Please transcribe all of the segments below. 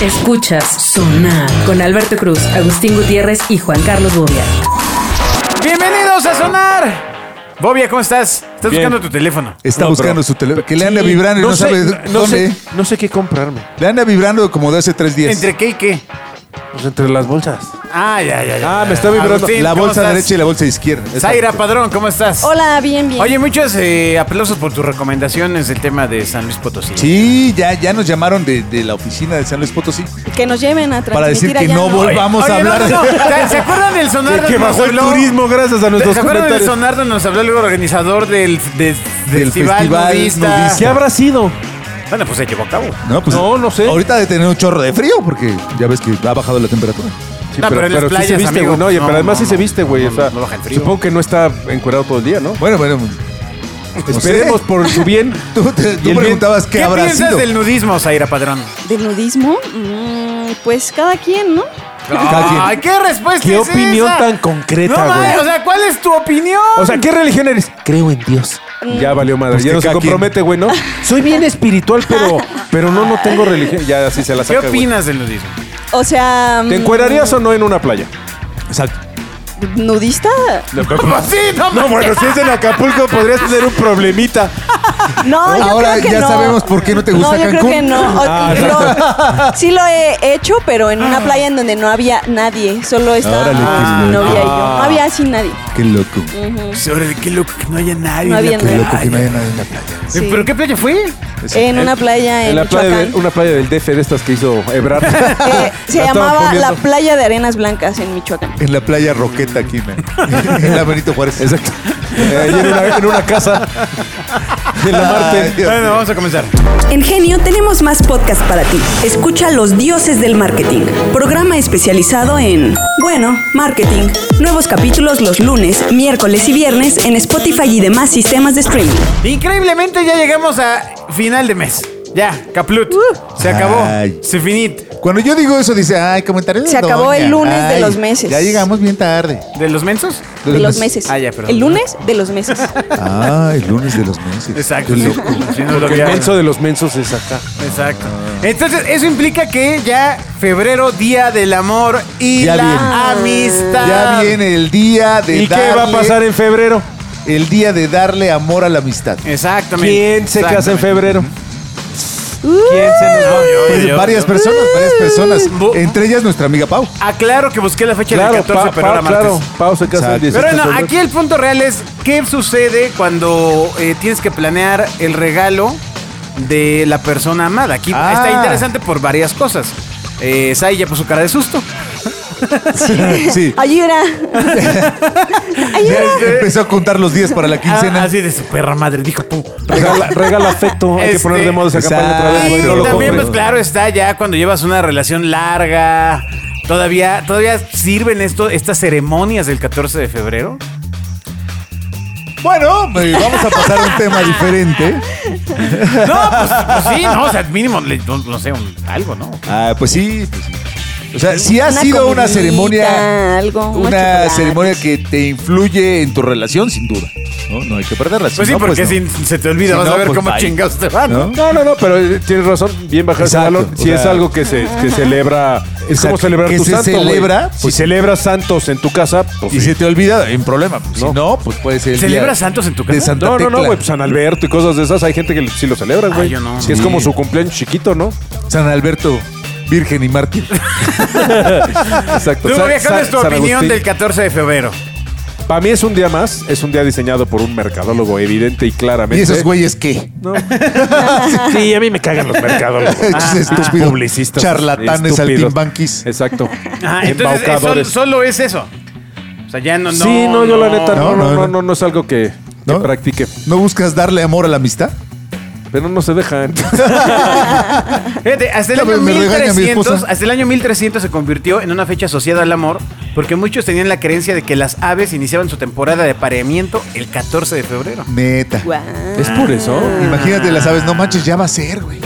Escuchas Sonar con Alberto Cruz, Agustín Gutiérrez y Juan Carlos Bobia. Bienvenidos a Sonar. Bobia, ¿cómo estás? Estás Bien. buscando tu teléfono. Está No, buscando pero- su teléfono. Que le anda Sí, vibrando y no, sabe sé, no dónde. Sé, no sé qué comprarme. Le anda vibrando como de hace tres días. ¿Entre qué y qué? Pues entre las bolsas. Ah, ya, ya, ya. Ah, me está vibrando. Agustín, la ¿cómo bolsa estás? derecha y la bolsa izquierda. Zaira Padrón, ¿cómo estás? Hola, bien, bien. Oye, muchos eh, aplausos por tus recomendaciones del tema de San Luis Potosí. Sí, ya, ya nos llamaron de, de la oficina de San Luis Potosí que nos lleven a transmitir para decir que allá, no Oye, volvamos oye, a no, hablar. no, no. ¿Se acuerdan del sonar que donde bajó nos el habló? turismo gracias a nuestros ¿Se acuerdan del comentarios. sonar donde nos habló el organizador del, de- del Del festival, festival nudista? nudista. ¿Qué habrá sido? Bueno, pues se llevó a cabo. No, pues, No, no sé. Ahorita de tener un chorro de frío porque ya ves que ha bajado la temperatura. Sí, No, pero en las sí se playas, viste, amigo, güey. No, oye, no, pero además no, sí se no. viste, güey. No, o sea, no baja el frío. supongo que no está encuerado todo el día, ¿no? Bueno, bueno. no Esperemos sé. por su bien. Tú, te- tú ¿Y el preguntabas qué, ¿Qué habrá piensas sido. del nudismo, Zaira Padrón? ¿Del nudismo? Mm, pues cada quien, ¿no? Cada quien. Ay, qué respuesta ¿Qué es opinión esa? tan concreta, No mames, güey? o sea, ¿cuál es tu opinión? O sea, ¿qué religión eres? Creo en Dios. Ya valió madre. Pues ya que no se cada quien. compromete, güey, ¿no? Soy bien espiritual, pero, pero no, no tengo religión. Ya así se la ¿Qué saca, güey. opinas del nudismo? O sea... ¿Te encuerarías o no en una playa? Exacto. mm, ¿Nudista? Pues sí, no, No, mames. bueno, si es en Acapulco podrías tener un problemita. No, yo Ahora creo que ya no. sabemos por qué no te gusta No, yo Cancún. creo que no. O- Ah, lo- sí lo he hecho, pero en una playa en donde no había nadie. Solo estaba Ah. Órale, qué Ah. mi loco. novia y yo. No había así nadie. Qué loco. Pues, órale, qué loco que no haya nadie. en No había la- Qué nadie. loco que no haya nadie en la playa. Sí. ¿Pero qué playa fue? En una playa en, En la playa de- Michoacán. una playa del DF de estas que hizo Ebrard. Eh, se La estaban llamaba poniendo. la playa de arenas blancas en Michoacán. En la playa Roqueta aquí, man. en la Benito Juárez. Exacto. Eh, y en, una, en una casa de la Marte. Bueno, vamos a comenzar. En Genio tenemos más podcast para ti. Escucha Los Dioses del Marketing, programa especializado en, bueno, marketing. Nuevos capítulos los lunes, miércoles y viernes en Spotify y demás sistemas de streaming. Increíblemente ya llegamos a final de mes. Ya, Caplut. Uh. Se acabó. Ay. Se finit. Cuando yo digo eso, dice, ay, comentarios de Se acabó doña. el lunes de Ay, los meses. Ya llegamos bien tarde. ¿De los mensos? De los meses. Ah, ya, perdón. El lunes de los meses. Ah, el lunes de los meses. Exacto. Qué sí. loco. Sí, no lo El había- menso de los mensos es acá. Exacto. Entonces, eso implica que ya febrero, día del amor y Ya la viene. amistad. Ya viene el día de ¿Y qué va a darle- pasar en febrero? El día de darle amor a la amistad. Exactamente. ¿Quién se casa en Exactamente. febrero? Uh, ¿Quién se nos Pues, varias personas, varias personas. Bu- Entre ellas nuestra amiga Pau. Aclaro que busqué la fecha del Claro, 14, Pa- pero Pa- ahora martes. claro, Pau se casa el Exacto. 18 Pero de bueno, febrero. aquí el punto real es qué sucede cuando eh, tienes que planear el regalo de la persona amada. Aquí Ah. está interesante por varias cosas. Eh, Sai ya puso cara de susto. Sí. Ayura. Ya empezó a contar los días para la Ah, quincena. así de su perra madre, dijo pu. Regala, regala afecto. Hay Este, que poner de moda esa campaña otra vez, güey. Y No Ah, lo también, compren. pues claro, está ya cuando llevas una relación larga. Todavía, todavía sirven esto, estas ceremonias del 14 de febrero. Bueno, eh, vamos a pasar a un tema diferente. No, pues, pues sí, no, o sea, mínimo, le- no, no sé, un- algo, ¿no? Ah, pues sí, pues sí. O sea, si ha Una sido una comidita, ceremonia, algo, unos una chocolates. ceremonia que te influye en tu relación, sin duda. No, no hay que perderla. si Pues sí, no, porque no. si se te olvida, Si vas a no, ver pues, cómo bye. chingados te van. ¿No? No, no, no, pero eh, tienes razón. Bien bajar ese Exacto, valor. o Si sea- es algo que se, que celebra. Es como Exacto, celebrar que tu se santo. güey. celebra, Si pues- celebras santos en tu casa, pues. Y sí. se te olvida, hay un problema. Si No. no, pues puede ser. el ¿Celebras día santos en tu casa? De Santa No, no, no, Tecla. güey. Pues San Alberto y cosas de esas. Hay gente que sí lo celebra, güey. Ah, yo no. Que es Sí. como su cumpleaños chiquito, ¿no? pues, San Alberto, Virgen y Mártir. Exacto. Tú, Pues viejo, ¿cuál es tu opinión del 14 de febrero? Para mí es un día más. Es un día diseñado por un mercadólogo evidente y claramente. ¿Y esos güeyes qué? No. sí, a mí me cagan los mercadólogos. Ah, Esos estúpidos Publicistas. charlatanes, estúpidos. saltimbanquis. Exacto. Ah, entonces eh, sol- Embaucadores. solo es eso. O sea, ya no. no sí, no, yo la neta No, no, no, no, no, no. no, no es algo que, que ¿No? practique. ¿No buscas darle amor a la amistad? Pero no se dejan. Fíjate, hasta el Ya año me- me regaña mi 1300, esposa. hasta el año 1300 se convirtió en una fecha asociada al amor Porque muchos tenían la creencia de que las aves iniciaban su temporada de apareamiento el 14 de febrero. Neta. Guau. ¿Es por eso? Imagínate las aves, no manches, ya va a ser, güey.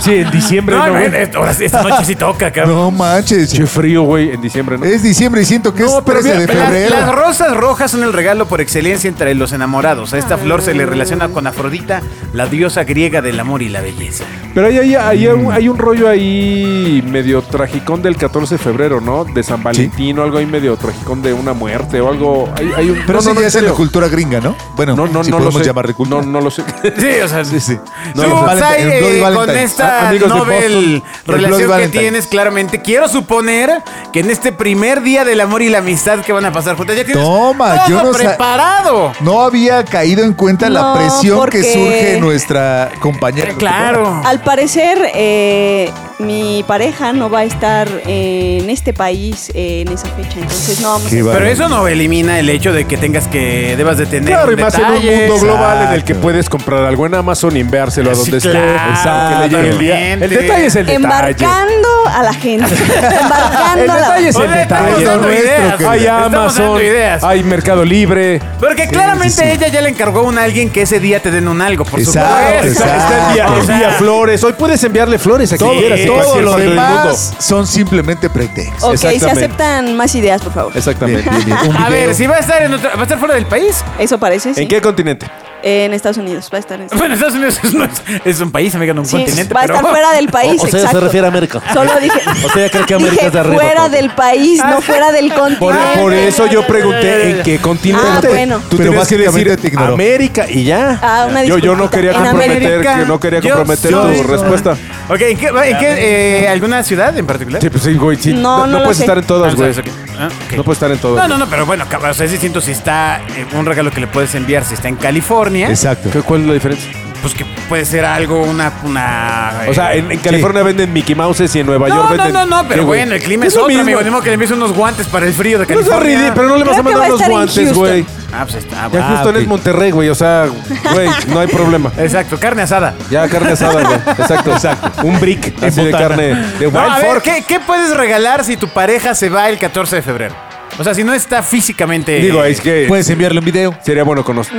Sí, en diciembre. No, No, no, güey. eh, ahora sí, esta noche sí toca, cabrón. No manches. Che frío, güey, en diciembre, ¿no? Es diciembre y siento que es 13 de mira, las- febrero. Las, rosas rojas son el regalo por excelencia entre los enamorados. A esta flor se le relaciona con Afrodita, la diosa griega del amor y la belleza. Pero hay, hay, hay Mm. un, hay un rollo ahí medio tragicón del 14 de febrero, ¿no? De San Valentín o algo ahí medio tragicón de una muerte o algo. Hay, hay un, Pero no, eso no, no, ya en es en la serio. cultura gringa, ¿no? Bueno, No, no, si no lo podemos sé. llamarle cultura. No, no lo sé. Sí, o sea, Sí, sí. No, Sí, pues, Valent- hay, el Bloody eh, con Valentine. esta Ah, amigos de Nobel Boston, el Bloody relación que Valentine. tienes claramente, quiero suponer que en este primer día del amor y la amistad que van a pasar juntas ya tienes Toma, todo yo no sa- preparado. No había caído en cuenta la No, presión que porque- surge en nuestra compañera. Claro. Al parecer, eh, mi pareja no va a estar eh, en este país eh, en esa fecha, entonces no vamos Qué a va- Pero eso no elimina el hecho de que tengas que debas de tener Claro, y más en un detalles. mundo global en el que Exacto. puedes comprar algo en Amazon y enviárselo a Sí, donde claro, esté. Exacto, que le llegue el día. El totalmente. detalle es el detalle. Embarcando a la gente. El embarcando a la detalle es el Oye, estamos detalle. dando Lo nuestro, ideas, querido. Javier. Hay Estamos Amazon, dando ideas. hay Mercado Libre. Porque claramente ella ya le encargó a alguien que ese día te den un algo, por Exacto, supuesto. Este Está, está el Este día, el día flores. Hoy puedes enviarle flores a quien Todo- quieras. en todo Todo cualquier lo parte del demás mundo. son simplemente pretextos. Ok, se Exactamente. aceptan más ideas, por favor. Bien, Exactamente. bien, bien. Un A video. ver, si va a estar en otro- va a estar fuera del país. Eso parece, sí. ¿En qué continente? En Estados Unidos, va a estar en Bueno, Estados Unidos es, no es- es un país, amiga, no un Sí, continente. va a pero- estar fuera del país, O- o sea, se exacto. refiere a América. Solo dije. O sea, ya cree que América dije es de arriba, fuera todo. del país, no fuera del continente. Por, por eso yo pregunté en qué Ah, continente. bueno. Tú Pero tenías que básicamente decir te ignoró. América y ya. Ah, una yo, yo no disculpita. quería En comprometer, América, que no quería yo comprometer tu soy- respuesta. Ok, ¿en qué, en qué, eh, alguna ciudad en particular? Sí, pues sí, güey, sí. No, No, no no lo puedes sé. estar en todas, Ah, güey. ok. Ah, ok. No puedes estar en todas. No, no, no, pero bueno, cabrón, o sea, es distinto si está eh, un regalo que le puedes enviar, si está en California, Exacto. ¿eh? ¿Qué- ¿Cuál es la diferencia? pues que puede ser algo, una... una eh, O sea, en, en California venden Mickey Mouses y en Nueva York no, no, venden. no, no, ¿Qué, pero güey? bueno, el clima ¿Qué es otro, lo amigo. mismo? Ni modo que le envíes unos guantes para el frío de No seas California. ridículo, pero no le vas Creo a que va mandar a unos estar en guantes, Houston. güey. Ah, pues ahí está. Ya va. Houston es Monterrey, güey. O sea, güey, no hay problema. Exacto, carne asada. Ya carne asada, güey. Exacto, exacto. Un brick así de botana. carne de Wild No, a ver, Fork. ¿qué, qué puedes regalar si tu pareja se va el 14 de febrero? O sea, si no está físicamente... eh, Digo, es que Puedes enviarle un video. sería bueno conocer.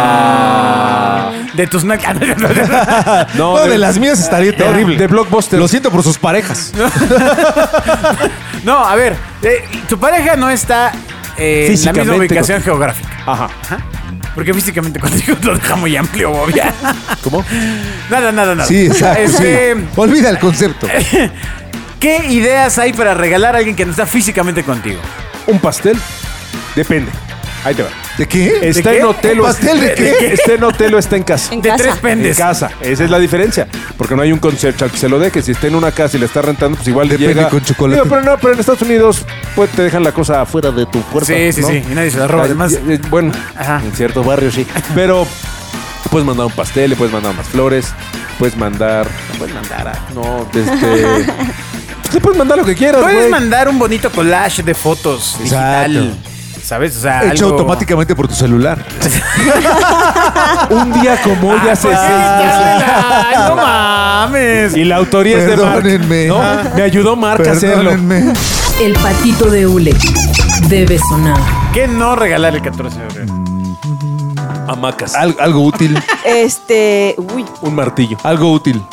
Ah. de tus... na- No, de, eh, las mías estaría terrible. De Blockbuster. Lo siento por sus parejas. No, a ver, eh, tu pareja no está eh, en la misma Físicamente ubicación geográfica. Ajá. Porque físicamente contigo lo deja muy amplio, Bobia. ¿Cómo? Nada, nada, nada. Sí, exacto. sí. Este, Olvida el concepto. Eh, ¿Qué ideas hay para regalar a alguien que no está físicamente contigo? ¿Un pastel? Depende. Ahí te va. ¿De qué? ¿Está qué? en hotel o ¿Un pastel de qué? ¿Está en hotel o está en casa? En De casa. tres pendes. En casa, esa es la diferencia. Porque no hay un concepto al que se lo deje. Si está en una casa y la está rentando, pues igual Depende llega. con chocolate. Digo, pero no, pero en Estados Unidos pues, te dejan la cosa afuera. Fuera de tu puerta. Sí, sí, ¿no? sí. Y nadie se la roba. Ay, Además, eh, eh, bueno, Ajá. En cierto barrio, sí. pero puedes mandar un pastel, le puedes mandar unas flores, puedes mandar. Puedes mandar a- No, este. pues, le puedes mandar lo que quieras, puedes güey. mandar un bonito collage de fotos digital. Exacto. ¿Sabes? O sea, Hecho algo- automáticamente por tu celular. Un día como Ah, hoy hace pues, seis meses. Ay, Ah, no mames. Y la autoría es de Mark. Perdónenme. ¿no? Me ayudó Mark a hacerlo. Perdónenme. El patito de hule debe sonar. ¿Qué no regalar el 14 de febrero? Hamacas. Al- algo útil. Este. Uy. Un martillo. Algo útil.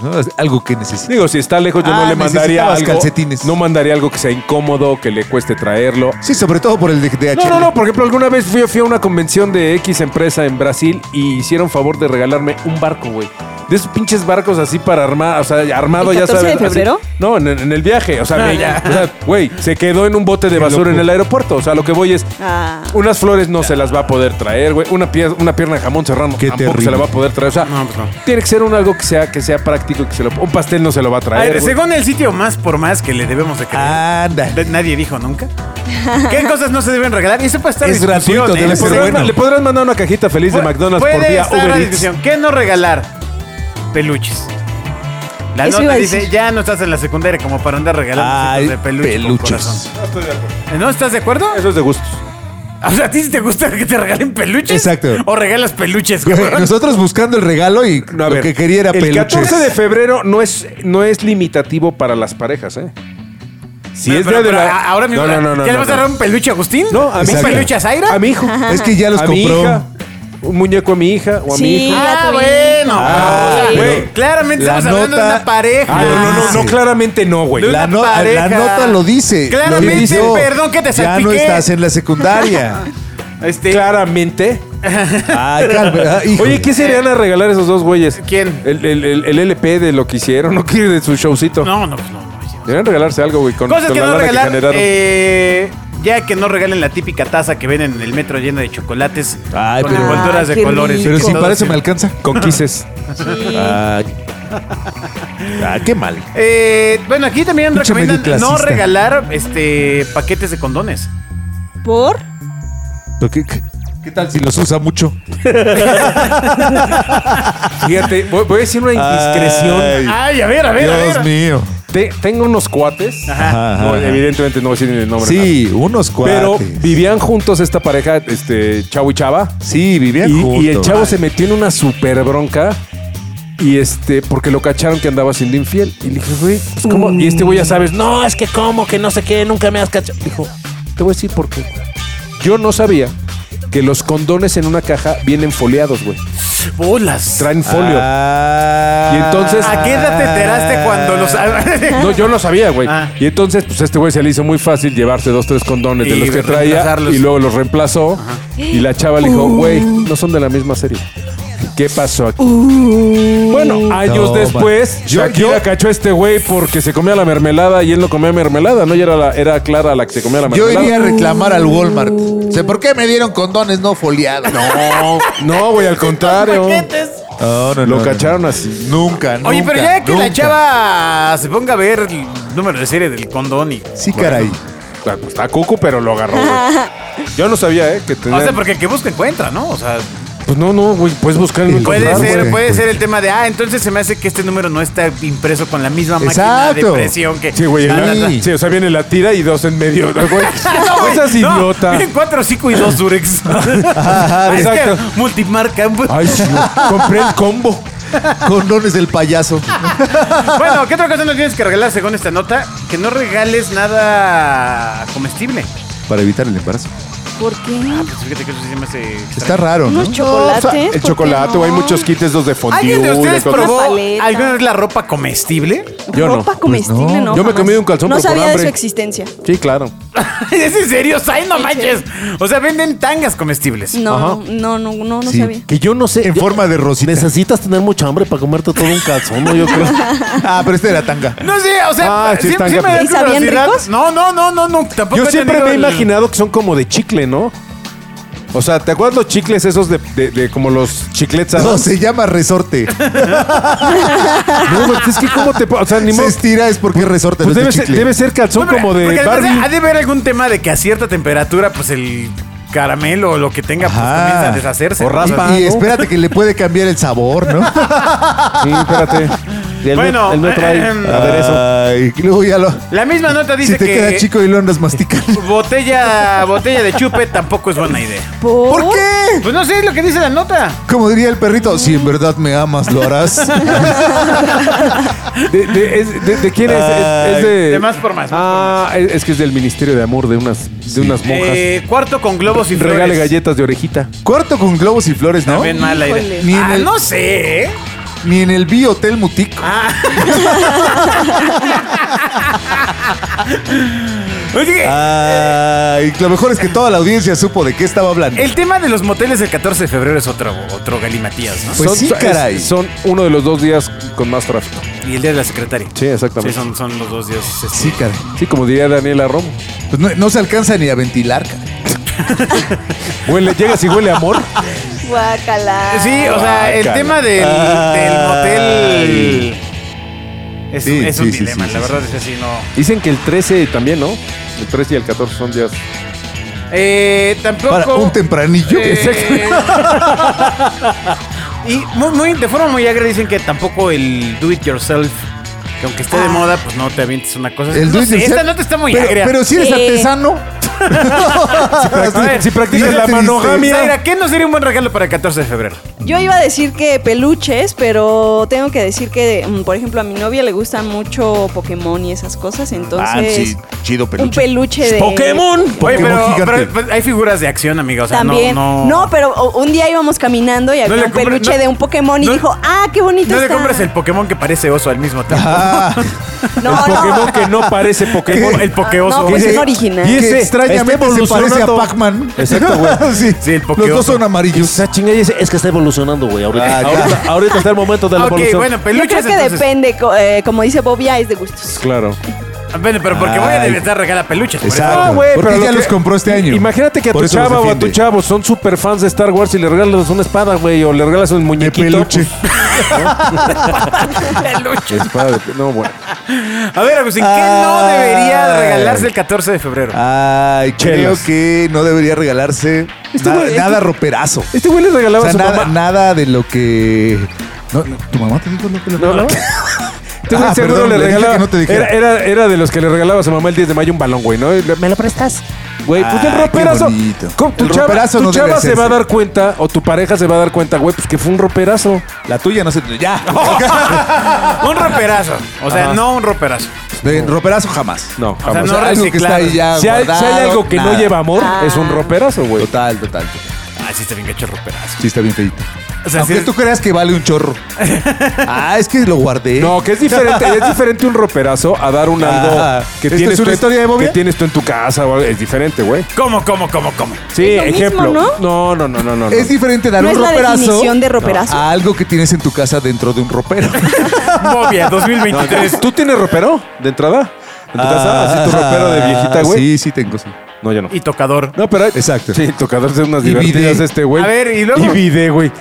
¿no? Algo que necesites. Digo, si está lejos, yo Ah, no le mandaría necesitabas algo. calcetines. No mandaría algo que sea incómodo, que le cueste traerlo. Sí, sobre todo por el de, de No, HL. no, no. Por ejemplo, alguna vez fui, fui a una convención de X empresa en Brasil y hicieron favor de regalarme un barco, güey. De esos pinches barcos así para armar, o sea, armado, ¿El ya 14 sabes. de así. febrero? No, en, en el viaje. O sea, me- o sea, güey, se quedó en un bote de basura en el aeropuerto. O sea, lo que voy es. Ah. Unas flores no se las va a poder traer, güey. Una, pier- una pierna de jamón serrano Qué tampoco se terrible. la va a poder traer. O sea, No, pues no. tiene que ser un algo que sea, que sea práctico, que se lo, un pastel no se lo va a A traer. ver, güey. según el sitio más por más que le debemos de creer. Anda. De- Nadie dijo nunca. ¿Qué cosas no se deben regalar? Y eso puede estar Es en discusión, gratuito, ¿eh? debe Le Le ser podrán- podrás, bueno. le podrás mandar una cajita feliz de Pu- McDonald's puede por vía estar Uber en Eats. discusión. ¿Qué no regalar? Peluches. La Eso nota iba a dice, decir. ya no estás en la secundaria como para andar regalando Ay, cientos de peluches. con peluches. corazón. ¿No estás de acuerdo? Eso es de gustos. O sea, ¿a ti sí te gusta que te regalen peluches? Exacto. ¿O regalas peluches? Güey, cabrón? Nosotros buscando el regalo y No, a lo ver, que quería era El peluches. 14 de febrero no es, no es limitativo para las parejas, ¿eh? Si Pero- es pero- día de pero la- a- Ahora mismo. No, no, no, no, ¿Ya le no, vas a no. dar un peluche a Agustín? No, a ¿Un mi Exacto. peluche a Zaira? A mi hijo. Es que ya los a mi compró. hija, un muñeco a mi hija o a mi Sí. hijo. Ah, a tu bueno. Ah, o sea, pero güey, claramente la estamos hablando de nota- una pareja. Ah, no, no, no, no, Sí. claramente no, güey. De una La, no- pareja. la nota lo dice. lo Claramente, dice. perdón que te Ya no salpiqué. estás en la secundaria. Este, Claramente. Ay, calma, ah, híjole. Oye, ¿qué se le van a regalar esos dos güeyes? ¿Quién? El, el- el- el LP de lo que hicieron, no quiere de su showcito. No, no, pues no, no. Deberían regalarse algo, güey, con, Cosas con que la no lana regalar. que generaron. eh, ya que no regalen la típica taza que venden en el metro llena de chocolates Ay, con pero- envolturas Ah, de qué colores. Pero y si todo para así. eso me alcanza. Con quises. Ah, ah, qué mal. Eh, bueno, aquí también Pinche recomiendan medio no clasista. regalar este paquetes de condones. ¿Por? Pero ¿Qué, qué- qué tal si los usa mucho? Fíjate, voy, voy a decir una indiscreción. Ay, Ay, a ver, a ver, a Dios ver. mío. Te- tengo unos cuates. Ajá, ajá, No, ajá. evidentemente no voy a decir el nombre. nada. Sí, unos Pero cuatro. vivían juntos esta pareja, este, Chavo y Chava. sí, vivían Y, juntos. y el chavo se metió en una super bronca. Y este, porque lo cacharon que andaba siendo infiel. Y le dije, güey, pues, ¿cómo? Y este güey ya sabes, no, es que cómo, que no sé qué, nunca me has cachado. Dijo, te voy a decir por qué. Yo no sabía que los condones en una caja vienen foliados, güey. Bolas. Traen folio. Ah. Y entonces- ¿A qué edad te enteraste cuando los No, yo no sabía, güey. Ah. Y entonces, pues este güey se le hizo muy fácil llevarse dos, tres condones de Y los que traía reemplazarlos. y luego los reemplazó. Y la chava le Uh. dijo, güey, no son de la misma serie. ¿Qué pasó aquí? Uh. bueno, años No, después, man. Yo- Shakira yo- cachó a este güey porque se comía la mermelada y él no comía mermelada, ¿no? Y era, la- era Clara la que se comía la Yo mermelada. iría a reclamar al Walmart. O sea, ¿Por qué me dieron condones no foliados? No, No, güey, al contrario. paquetes? no, no, Lo no, cacharon no. así. Nunca, nunca. Oye, pero ya que la nunca. chava se ponga a ver el número de serie del condón y. Sí, caray. Ah, pues, Está cucu, pero lo agarró, güey. Yo no sabía, ¿eh? Que O sea, tenían- porque el que busca encuentra, ¿no? O sea, Pues no, no, güey, puedes buscar en puede Claro, ser, pues, güey. puede ser el tema de, ah, entonces se me hace que este número no está impreso con la misma máquina de Exacto. presión que. Sí, güey. Ah, la- la- la- Sí, o sea, viene la tira y dos en medio. ¿no, güey? No, güey, Esas no, idiota. vienen cuatro, cinco y dos Durex. es que exacto. multimarca. Ay, sí, güey. compré el combo. Condones del payaso. Bueno, ¿qué otra cosa no tienes que regalar según esta nota? Que no regales nada comestible. Para evitar el embarazo. ¿Por qué? Pues fíjate que eso sí se me hace extraño. Está raro, ¿no? ¿Unos chocolates? O sea, ¿Por el qué chocolate, güey. no? Hay muchos kits esos de fondue. ¿Alguien de ustedes cosas. probó Una paleta. alguna vez la ropa comestible? Yo no. Ropa comestible, Pues no. no. Yo me jamás. comí un calzón, No pero por sabía de hambre. su existencia. Sí, claro. ¿Es en serio? ¡Ay, no manches! O sea, venden tangas comestibles. No, no, no, no, no Sí. sabía. Que yo no sé. En yo- forma de rosita. Necesitas tener mucha hambre para comerte todo un calzón, ¿no? Yo creo. Ah, pero este era tanga. No sé, o sea, Ah, sí, siempre, tanga. siempre me da ¿Y sabían curiosidad. ricos? No, no, no, no, no. Tampoco Yo he siempre tenido me he el- imaginado que son como de chicle, ¿no? O sea, ¿te acuerdas los chicles esos de, de- de como los chiclets? No, Adams? se llama resorte. No, güey, es que cómo te... po- O sea, ni Se modo... estira es porque es resorte. Pues no es debe de ser, chicle. debe ser calzón No, pero- como porque de además Barbie. Ha de haber algún tema de que a cierta temperatura, pues el caramelo o lo que tenga, pues Ajá. comienza a deshacerse. O ¿no? raspa. Y ¿no? espérate que le puede cambiar el sabor, ¿no? Sí, espérate. Y el Bueno, no- el no trae ehm, aderezo. Ay, y luego ya lo. La misma nota dice si te que queda chico y lo andas masticando. botella, botella de chupe tampoco es buena idea. ¿Por? ¿Por qué? Pues no sé es lo que dice la nota. Como diría el perrito, si en verdad me amas, lo harás. ¿De, de- es- de- de quién es? Es, es de, De más por más, más por Ah, es, es que es del Ministerio de Amor de unas, de unas monjas. Eh, cuarto con globos y flores. Regale galletas de orejita. Cuarto con globos y flores, ¿no? También mala idea. Híjole. Ni en Ah, el- no sé. ¿eh? Ah. Ni en el Biotel Mutico. Oye, Ay, lo mejor es que toda la audiencia supo de qué estaba hablando. el tema de los moteles del 14 de febrero es otro, otro galimatías, ¿no? Pues sí, es- caray. son uno de los dos días con más tráfico. Y el día de la secretaria. Sí, exactamente. Sí, son, son los dos días. este. Sí, cara. Sí, como diría Daniela Romo. Pues no, no se alcanza ni a ventilar, cara. Huele, llegas y huele a amor. Guacala. Sí, o Ah, sea, el Guácala. tema del, del motel es, Sí, es un sí, sí, dilema, sí, la sí, verdad es así, no. Dicen que el 13 también, ¿no? El 13 y el 14 son días. Eh, tampoco. Para un tempranillo. Eh, y muy, muy- de forma muy agria dicen que tampoco el do it yourself, que aunque esté de moda, pues no te avientes una cosa. Ah. El no do it sé, yourself. Esta nota está muy pero, agria. pero si eres Sí. artesano, practi- A ver, si practicas la monogamia. Zaira, ¿qué nos sería un buen regalo para el 14 de febrero? Yo iba a decir que peluches, pero tengo que decir que, mm, por ejemplo, a mi novia le gustan mucho Pokémon y esas cosas, Ah, entonces... sí, chido Un peluche. peluche de... Pokémon. Oye, pero, gigante. pero- pero hay figuras de acción, amiga. O sea, También. no. No, No, pero o- un día íbamos caminando y había le un compre- peluche no- de un Pokémon y no- dijo, ah, qué bonito No le está". compres el Pokémon que parece oso al mismo tiempo. No, El no. Pokémon que no parece Pokémon. El Pokéoso. No, pues es original. Y ese Que está extrañamente se parece a evolucionando. Pac-Man. Exacto, güey. sí, Sí, el Los Pokémon. dos son amarillos. Esa chinga y ese- es que está evolucionando, güey. Ahorita, Ah, ya. ahorita, ahorita está el momento de la ok, evolución. bueno, Yo peluches creo que entonces. depende, co- eh, como dice Bob, ya es de gustos. Claro. Bueno, pero porque voy a Ay. debutar regala peluches. por Exacto. eso. No, Ah, güey, Porque pero ya lo los compró este año. Imagínate que a Por tu eso los chava o a tu defiende. chavo son super fans de Star Wars y le regalas una espada, güey, o le regalas un De muñequito. peluche. pues, espada de pe- No, bueno. A ver, Agustín, ¿qué no debería Ay. regalarse el 14 de febrero? Ah. Ay, creo Chelas. que no debería regalarse Este na- güey- este- nada roperazo. Este güey le O regalaba sea, a su nada, mamá. nada de lo que. No, no, ¿Tu mamá te dijo lo que le No, no. regalaba? Este güey Ah, seguro perdón, le le dije regalaba. que no te dijera. era, era, era de los que le regalaba a su mamá el 10 de mayo un balón, güey, ¿no? Y le- ¿Me lo prestas? Güey, pues Ah, el qué roperazo. bonito. ¿Cómo? Tu El chava, roperazo tu no debe chava se hacerse. va a dar cuenta, o tu pareja se va a dar cuenta, güey, pues que fue un roperazo. La tuya no se. Ya. un roperazo. O sea, no un roperazo. De roperazo jamás. No, sea, jamás. no algo que está ahí ya. si, hay, si hay guardado, algo que no nada. lleva pues. amor, Ah. es un roperazo, güey. Total, total. total. Ah, sí, está bien que hecho roperazo. Sí, está bien feito. O sea, Aunque sí- tú creas que vale un chorro. ah, es que lo guardé. No, que es diferente, es diferente un roperazo a dar un algo Ah, que, ¿esto tienes es una tú en- historia de Bobia? que tienes tú en tu casa. o algo, Es diferente, güey. ¿Cómo, cómo, cómo, cómo? Sí, Es lo mismo, ejemplo. ¿no? no, no, no, no, no. Es diferente dar No un es la roperazo definición de roperazo. a algo que tienes en tu casa dentro de un ropero. Bobia, 2023. ¿Tú tienes ropero de entrada? ¿En tu casa? ¿Así tu ropero de viejita, güey? Sí, sí tengo, sí. No, yo no. Y tocador. No, pero... hay- Exacto. Sí, tocador de unas Y divertidas bidé. este, güey. A ver, y luego- Y bidé, güey.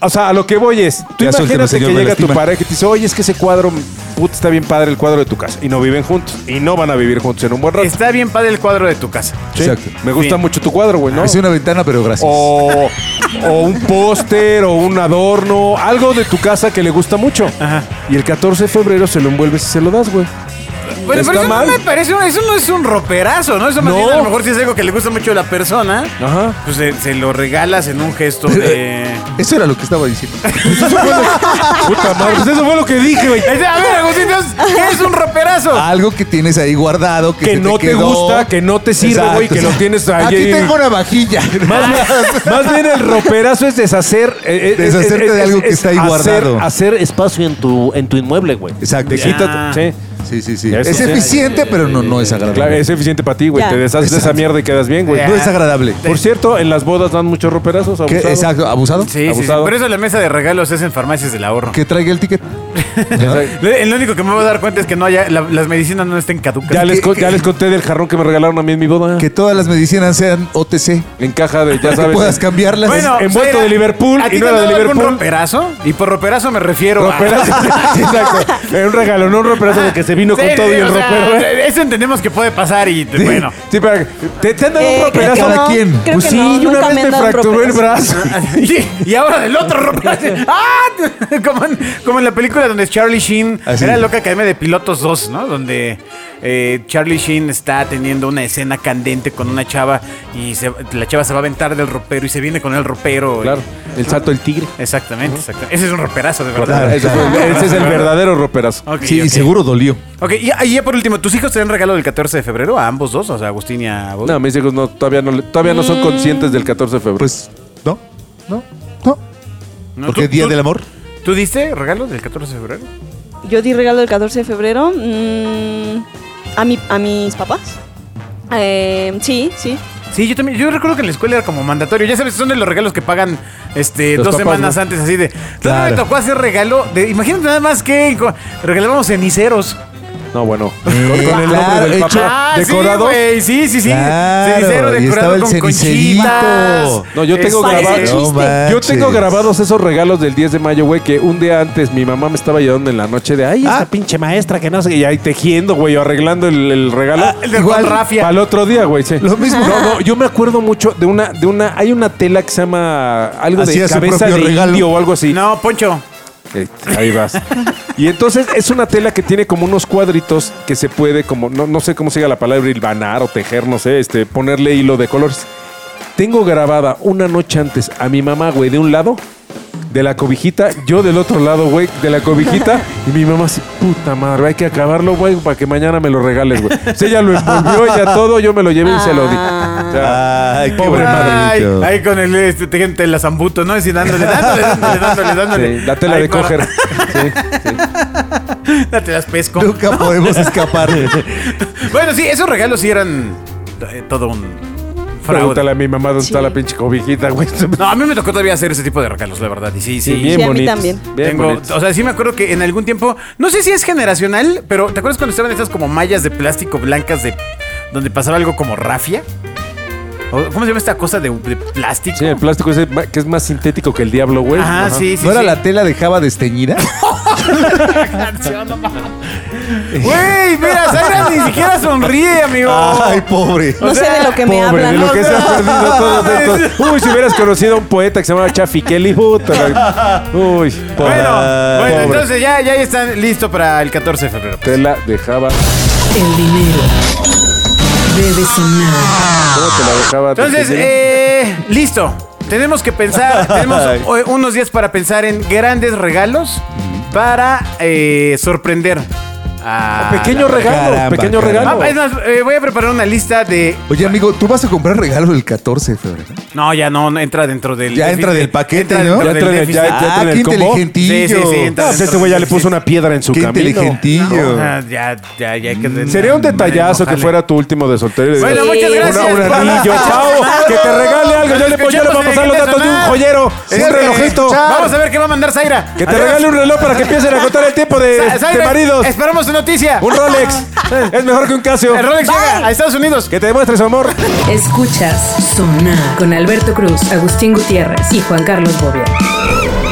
O sea, a lo que voy es, tú Ya suéltame, imagínate señor, que me llega tu lastima. pareja y te dice, oye, es que ese cuadro, puta, está bien padre el cuadro de tu casa. Y no viven juntos. Y no van a vivir juntos en un buen rato. Está bien padre el cuadro de tu casa. Sí. Exacto. Me gusta Fin. mucho tu cuadro, güey, ¿no? Oh. Es una ventana, pero gracias. o, o un póster o un adorno, algo de tu casa que le gusta mucho. Ajá. Y el 14 de febrero se lo envuelves y se lo das, güey. Pero, Está pero eso mal. no me parece, eso no es un roperazo, ¿no? Eso más No. bien a lo mejor si es algo que le gusta mucho a la persona, Ajá. pues se, se lo regalas en un gesto de... Eso era lo que estaba diciendo. Puta madre, pues eso fue lo que dije, güey. Es de, A ver, Agustín, entonces, ¿qué es un roperazo? Ah, Algo que tienes ahí guardado, que, Que se no te quedó. gusta, que no te sirve, Exacto, güey, que lo tienes ahí. Aquí tengo una vajilla. Más bien, más bien el roperazo es deshacer. eh, eh, Deshacerte es- es- de algo es- que es está ahí hacer- guardado. Hacer espacio en tu, en tu inmueble, güey. Exacto. Te Ah. quita- sí. Sí, sí, sí. Eso es sí. eficiente, pero no, no es Claro, agradable. es eficiente para ti, güey. Ya. Te deshaces de esa Exacto. mierda y quedas bien, güey. No es agradable. Por cierto, en las bodas dan muchos roperazos. ¿Qué? abusados. Exacto, abusado. Sí, sí, sí, Abusado. pero eso en la mesa de regalos es en farmacias del ahorro. Que traiga el ticket. Lo lo único que me voy a dar cuenta es que no haya, la- las medicinas no estén caducas. Ya les, ¿Qué- co- qué- ya les conté del jarrón que me regalaron a mí en mi boda. Que todas las medicinas sean OTC. En caja de, ya que sabes. puedas cambiarlas. Bueno, envuelto de Liverpool ¿a y ti no te era han dado de algún ¿ah? Liverpool? roperazo? Y por roperazo me refiero a... Roperazo. Exacto. Era un regalo, no un roperazo de que se vino con Sí, todo sí, y el o sea, ropero. ¿eh? Eso entendemos que puede pasar y bueno. Sí, pero te, te han dado Eh, un creo que roperazo. cada no, quien. creo pues que sí, no, yo una nunca vez me me han dado un fracturó el roperazo. brazo. y, y ahora del otro roperazo. ¡Ah! Como en, como en la película donde Charlie Sheen Así. era loca academia de pilotos 2, ¿no? Donde eh, Charlie Sheen está teniendo una escena candente con una chava y se- la chava se va a aventar del ropero y se viene con el ropero. Claro, el salto del tigre. Exactamente, exactamente. Ese es un roperazo, de verdad. Claro, Ese fue- ese es el verdadero roperazo. Ok, Sí, ok. y seguro dolió. Ok, y, y ya por último, ¿tus hijos te dan regalo del 14 de febrero a ambos dos? O sea, Agustín y a vos. No, mis hijos no, todavía no, le- todavía no son conscientes del 14 de febrero. Pues, no, no, no. No, Porque ¿tú- es Día tú- del Amor. ¿Tú diste regalo del 14 de febrero? Yo di regalo el 14 de febrero mm, a, mi, a mis papás. Eh, sí, sí. Sí, yo también. Yo recuerdo que en la escuela era como mandatorio. Ya sabes, son de los regalos que pagan este, Los dos papás, semanas ¿no? antes, así de. Claro. Claro. me tocó hacer regalo. De, imagínate nada más que co- regalábamos ceniceros. Ah, no, bueno. mm. Con, con el Claro, nombre del papá. hecho- decorado. Sí, güey, sí, sí, sí. Claro, cenicero y decorado estaba el con cenicerito. conchitas. No, yo tengo Este, Parece grabado. chiste. Ah, Yo tengo manches. grabados esos regalos del 10 de mayo, güey, que un día antes mi mamá me estaba ayudando en la noche de, ay, Ah. esa pinche maestra que no sé, y ahí tejiendo, güey, o arreglando el, el regalo. Ah, El de Igual, Juan Rafia. Para el otro día, güey, sí. Lo mismo. No, no, yo me acuerdo mucho de una, de una, hay una tela que se llama algo Hacía de su cabeza de propio regalo. indio o algo así. No, Poncho. Eh, ahí vas. Y entonces es una tela que tiene como unos cuadritos que se puede, como, no, no sé cómo se diga la palabra, hilvanar o tejer, no sé, este, ponerle hilo de colores. Tengo grabada una noche antes a mi mamá, güey, de un lado, de la cobijita, yo del otro lado, güey, de la cobijita, y mi mamá así, puta madre, hay que acabarlo, güey, para que mañana me lo regales, güey. O sea, ella lo envolvió, ya todo, yo me lo llevé y se lo di. Ah. O sea, Ay, qué pobre bonito. madre. Ay, ahí con el este, gente la zambuto, ¿no? Así dándole, dándole, dándole, dándole, dándole. Sí, la tela Ay, de para- coger. Sí, sí. No te las pesco. Nunca podemos escapar. Bueno, sí, esos regalos sí eran eh, todo un fraude. Pregúntale a mi mamá dónde está la pinche cobijita, güey. No, a mí me tocó todavía hacer ese tipo de regalos, la verdad. Y sí, sí. Sí, bien Sí, a mí bonitos, también. bien Tengo- bonitos. o sea, sí me acuerdo que en algún tiempo, no sé si es generacional, pero ¿te acuerdas cuando estaban estas como mallas de plástico blancas de donde pasaba algo como rafia? ¿O ¿Cómo se llama esta cosa de, de plástico? Sí, el plástico ese ma- que es más sintético que el diablo, güey. Ajá, sí, sí. ¿No era sí. la tela de Java desteñida? Güey, mira, Zaira ni siquiera sonríe, amigo. Ay, pobre. No sé de lo que me Pobre, hablan. de lo ¿no? que se ha perdido todo esto. Uy, si hubieras conocido a un poeta que se llamaba Chafi Kelly, puta. la- Uy, pobre. bueno, bueno, Pobre. entonces ya, ya están listos para el 14 de febrero. Tela dejaba. El dinero debe sonar. ¿Cómo te la dejaba? Entonces, eh, listo. Tenemos que pensar, tenemos hoy unos días para pensar en grandes regalos para eh, sorprender a... pequeño la- regalo, Ah, Caramba, pequeño caramba. regalo. Ah, es más, eh, voy a preparar una lista de... Oye, amigo, ¿tú vas a comprar regalo el 14 de febrero? No, ya no, no, entra dentro del... Ya entra del paquete, ¿no? dentro Ya del entra de- déficit. ya- Ah, tiene qué el combo? inteligentillo. Sí, sí, sí, entra- Ah, pues este güey ya le puso una piedra en su Qué camino. inteligentillo. Ah, ya, ya, ya hay que- Mm, Sería un detallazo que Ojalá. fuera tu último de soltero. y Bueno, muchas digas, "Una- gracias. Un anillo, Bye. chao. Que te regale algo. Ya le, ya le voy a pasar los datos de un joyero. Sí, un sí. relojito. Vamos a ver qué va a mandar Zaira. Que te Adiós. regale un reloj para que empiecen a contar el tiempo de, Sa- de Zaira, Este, maridos. Esperamos su noticia. Un Rolex. es mejor que un Casio. El Rolex llega a Estados Unidos. Que te demuestre su amor. Escuchas Sonar con Alberto Cruz, Agustín Gutiérrez y Juan Carlos Bobia.